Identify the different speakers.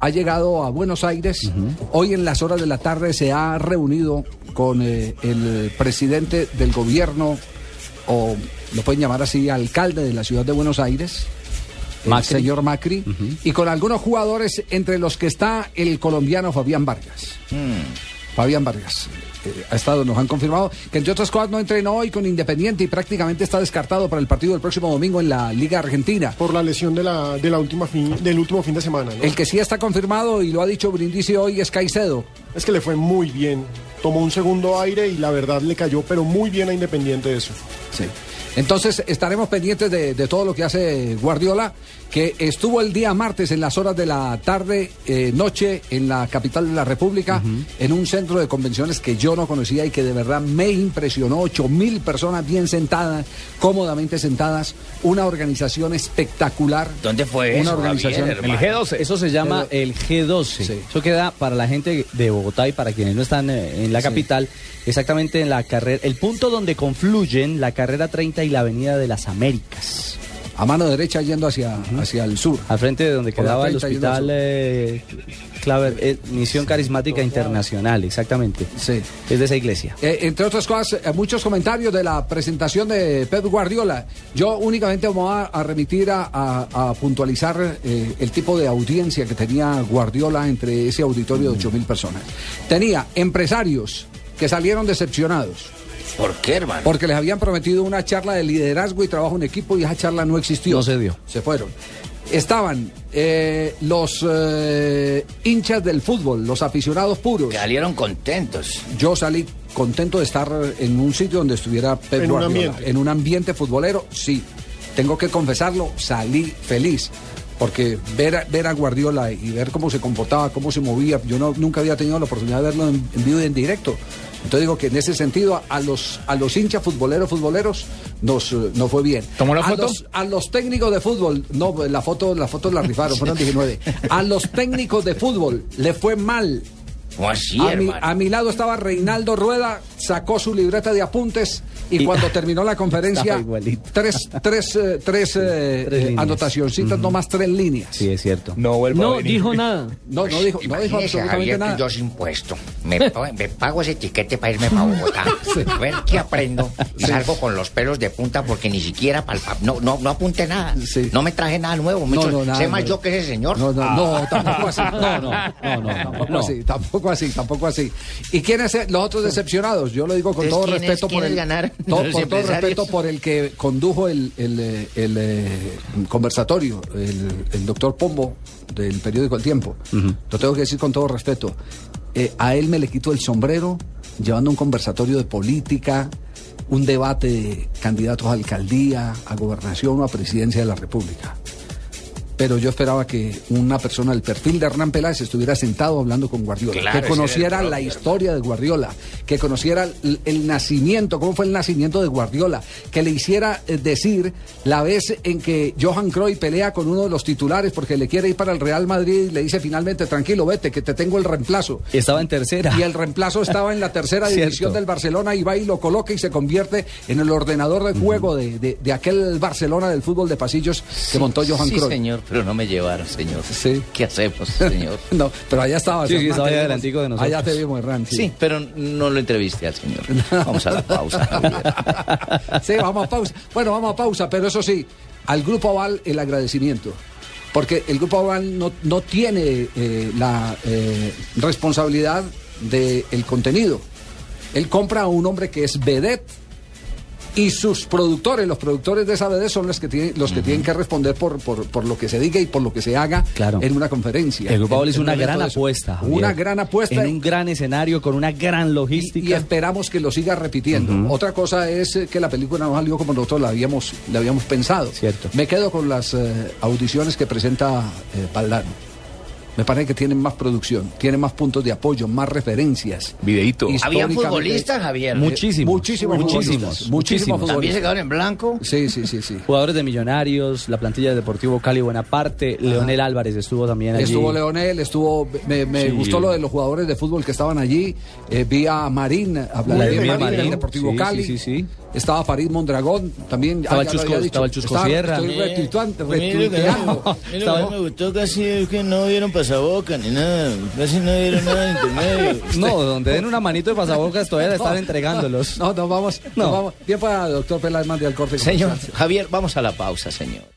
Speaker 1: ha llegado a Buenos Aires. Hoy en las horas de la tarde se ha reunido con eh, el presidente del gobierno, o lo pueden llamar así, alcalde de la ciudad de Buenos Aires, el
Speaker 2: Macri.
Speaker 1: señor Macri, y con algunos jugadores, entre los que está el colombiano Fabián Vargas. Fabián Vargas. eh, Ha estado, nos han confirmado que entre otras cosas no entrenó hoy con Independiente y prácticamente está descartado para el partido del próximo domingo en la Liga Argentina.
Speaker 3: por la lesión de la, de la última fin, del último fin de semana. ¿no?
Speaker 1: El que sí está confirmado y lo ha dicho Brindisi hoy es Caicedo.
Speaker 3: Es que le fue muy bien. Tomó un segundo aire y la verdad le cayó, pero muy bien a Independiente de eso.
Speaker 1: Sí. Entonces estaremos pendientes de, de todo lo que hace Guardiola, que estuvo el día martes en las horas de la tarde, eh, noche, en la capital de la República, en un centro de convenciones que yo no conocía y que de verdad me impresionó. Ocho mil personas bien sentadas, cómodamente sentadas, una organización espectacular.
Speaker 4: ¿Dónde
Speaker 1: Una
Speaker 4: fue eso,
Speaker 1: organización.
Speaker 4: Javier,
Speaker 5: El
Speaker 4: hermano?
Speaker 5: G12, eso se llama el G12.
Speaker 1: Sí.
Speaker 5: Eso queda para la gente de Bogotá y para quienes no están eh, en la capital, exactamente en la carrera, el punto donde confluyen la carrera 30 y la Avenida de las Américas,
Speaker 1: A mano derecha yendo hacia, hacia el sur.
Speaker 5: al frente de donde
Speaker 1: Por la
Speaker 5: quedaba el
Speaker 1: 30 y la
Speaker 5: hospital
Speaker 1: sur.
Speaker 5: eh, Claver- eh, Misión Carismática Internacional, exactamente.
Speaker 1: Sí.
Speaker 5: Es de esa iglesia.
Speaker 1: Eh, entre otras cosas, eh, muchos comentarios de la presentación de Pep Guardiola. Yo únicamente me voy a, a remitir a, a- a puntualizar eh, el tipo de audiencia que tenía Guardiola entre ese auditorio de 8.000 personas. Tenía empresarios que salieron decepcionados
Speaker 4: ¿Por qué, hermano?
Speaker 1: porque les habían prometido una charla de liderazgo y trabajo en equipo y esa charla no existió.
Speaker 5: No se dio.
Speaker 1: Se fueron. Estaban eh, los eh, hinchas del fútbol, los aficionados puros.
Speaker 4: Salieron contentos.
Speaker 1: Yo salí contento de estar en un sitio donde estuviera Pep
Speaker 3: En un
Speaker 1: Guardiola,
Speaker 3: ambiente.
Speaker 1: en un ambiente futbolero, sí. Tengo que confesarlo, salí feliz. Porque ver a, ver a Guardiola y ver cómo se comportaba, cómo se movía, yo no, nunca había tenido la oportunidad de verlo en, en vivo y en directo. Entonces digo que en ese sentido a, a los, a los hinchas futboleros, futboleros, nos, eh, nos fue bien.
Speaker 2: ¿Tomó la
Speaker 1: A
Speaker 2: foto?
Speaker 1: los- a los técnicos de fútbol, no, la foto la, foto la rifaron, fueron 19. A los técnicos de fútbol le fue mal
Speaker 4: ¿Cómo así,
Speaker 1: a, mi,
Speaker 4: hermano?
Speaker 1: a mi lado estaba Reinaldo Rueda, sacó su libreta de apuntes y, cuando terminó la conferencia,
Speaker 5: Estaba igualito.
Speaker 1: tres, tres, eh, tres, eh,
Speaker 5: tres
Speaker 1: eh,
Speaker 5: líneas.
Speaker 1: anotaciones, nomás tres líneas.
Speaker 5: Sí, es cierto.
Speaker 2: No vuelvo a
Speaker 6: No
Speaker 2: venir.
Speaker 6: dijo nada.
Speaker 1: No, no dijo, no dijo
Speaker 4: Imagínese,
Speaker 1: absolutamente
Speaker 4: Javier,
Speaker 1: nada.
Speaker 4: que yo sin impuesto. Me, pa- me pago ese tiquete para irme para Bogotá. A ver qué aprendo. Y salgo con los pelos de punta porque ni siquiera pal- pa- no, no, no apunté nada.
Speaker 1: Sí.
Speaker 4: No me traje nada nuevo. muchachos.
Speaker 1: no, nada
Speaker 4: sé más
Speaker 1: nuevo.
Speaker 4: yo que ese señor. Ah.
Speaker 1: No, no, no, tampoco así.
Speaker 5: No, no, no, no,
Speaker 1: Tampoco
Speaker 5: no.
Speaker 1: así, tampoco así, tampoco así. ¿Y quiénes eh, los otros decepcionados? Yo lo digo con
Speaker 4: Entonces,
Speaker 1: todo
Speaker 4: ¿quiénes-
Speaker 1: respeto por
Speaker 4: quiénes
Speaker 1: el
Speaker 4: ganaron?
Speaker 1: to-
Speaker 4: Los
Speaker 1: con todo
Speaker 4: empresarios.
Speaker 1: respeto por el que condujo el, el, eh, el, eh, conversatorio, el, el doctor Pombo del periódico El Tiempo. Lo tengo que decir con todo respeto. Eh, a él me le quito el sombrero llevando un conversatorio de política. Un debate de candidatos a alcaldía, a gobernación o a presidencia de la República pero yo esperaba que una persona del perfil de Hernán Peláez estuviera sentado hablando con Guardiola,
Speaker 4: Claro,
Speaker 1: que
Speaker 4: ese era el
Speaker 1: conociera la historia de Guardiola, que conociera el, el nacimiento, cómo fue el nacimiento de Guardiola, que le hiciera eh, decir la vez en que Johan Cruyff pelea con uno de los titulares porque le quiere ir para el Real Madrid y le dice finalmente, tranquilo, vete, que te tengo el reemplazo.
Speaker 5: Estaba en tercera.
Speaker 1: Y el reemplazo estaba en la tercera
Speaker 5: Cierto.
Speaker 1: división del Barcelona y va y lo coloca y se convierte en el ordenador de juego de, de- de aquel Barcelona del fútbol de pasillos que montó Johan
Speaker 4: sí,
Speaker 1: Cruyff.
Speaker 4: señor, pero no me llevaron, señor.
Speaker 1: Sí.
Speaker 4: ¿Qué hacemos, señor?
Speaker 1: No, pero allá estaba.
Speaker 5: Sí, sí,
Speaker 1: Hernán, te
Speaker 5: estaba allá
Speaker 1: vimos.
Speaker 5: adelantico de nosotros.
Speaker 1: Allá te vimos, Hernán.
Speaker 4: Sí, pero no lo entrevisté al señor. Vamos a la pausa. Javier.
Speaker 1: Sí, vamos a pausa. Bueno, vamos a pausa, pero eso sí, al Grupo Aval el agradecimiento. Porque el Grupo Aval no, no tiene eh, la eh, responsabilidad del contenido. Él compra a un hombre que es vedette Y sus productores, los productores de esa BD son los que tienen, los que, tienen que responder por, por, por lo que se diga y por lo que se haga
Speaker 5: Claro.
Speaker 1: en una conferencia.
Speaker 5: El Grupo
Speaker 1: En-
Speaker 5: Aval hizo
Speaker 1: en
Speaker 5: una
Speaker 1: evento
Speaker 5: gran
Speaker 1: de eso.
Speaker 5: apuesta.
Speaker 1: Una
Speaker 5: Javier.
Speaker 1: gran apuesta.
Speaker 5: En un gran escenario, con una gran
Speaker 1: Y,
Speaker 5: logística.
Speaker 1: y esperamos que lo siga repitiendo. Otra cosa es eh, que la película no salió como nosotros la habíamos, la habíamos pensado.
Speaker 5: Cierto.
Speaker 1: Me quedo con las eh, audiciones que presenta eh, Paldano. Me parece que tienen más producción, tienen más puntos de apoyo, más referencias.
Speaker 2: Videíto.
Speaker 1: Y-
Speaker 4: Había
Speaker 1: históricamente- eh,
Speaker 4: futbolistas, Javier.
Speaker 5: muchísimos.
Speaker 1: Muchísimos
Speaker 5: Muchísimos.
Speaker 1: futbolistas, muchísimos
Speaker 4: También se
Speaker 1: futbolistas.
Speaker 4: quedaron en blanco.
Speaker 1: Sí, sí, sí, sí.
Speaker 5: Jugadores de Millonarios, la plantilla de Deportivo Cali, buena parte. Leonel Álvarez estuvo también allí.
Speaker 1: Estuvo Leonel, estuvo. Me, me
Speaker 2: Sí.
Speaker 1: gustó lo de los jugadores de fútbol que estaban allí. Eh, vi a Marín, a Vladimir
Speaker 5: Vladimir
Speaker 1: Marín, del
Speaker 5: Marín,
Speaker 1: Deportivo
Speaker 5: sí,
Speaker 1: Cali.
Speaker 5: sí, sí, sí.
Speaker 1: Estaba Farid Mondragón, también.
Speaker 5: Estaba
Speaker 1: ah,
Speaker 5: el
Speaker 1: ya lo
Speaker 5: Chusco-
Speaker 1: había dicho.
Speaker 5: estaba el Chusco Sierra.
Speaker 1: Estoy retuiteando,
Speaker 6: Mire,
Speaker 1: retuiteando.
Speaker 6: mire, lo que más me gustó casi es que no vieron pasaboca ni nada. Casi no vieron nada de intermedio.
Speaker 5: No, donde den una manito de pasabocas todavía le están entregándolos.
Speaker 1: No, no, vamos.
Speaker 5: No.
Speaker 1: No. vamos. Bien para doctor Peláez, mande al corte.
Speaker 6: Señor, Javier, vamos a la pausa, señor.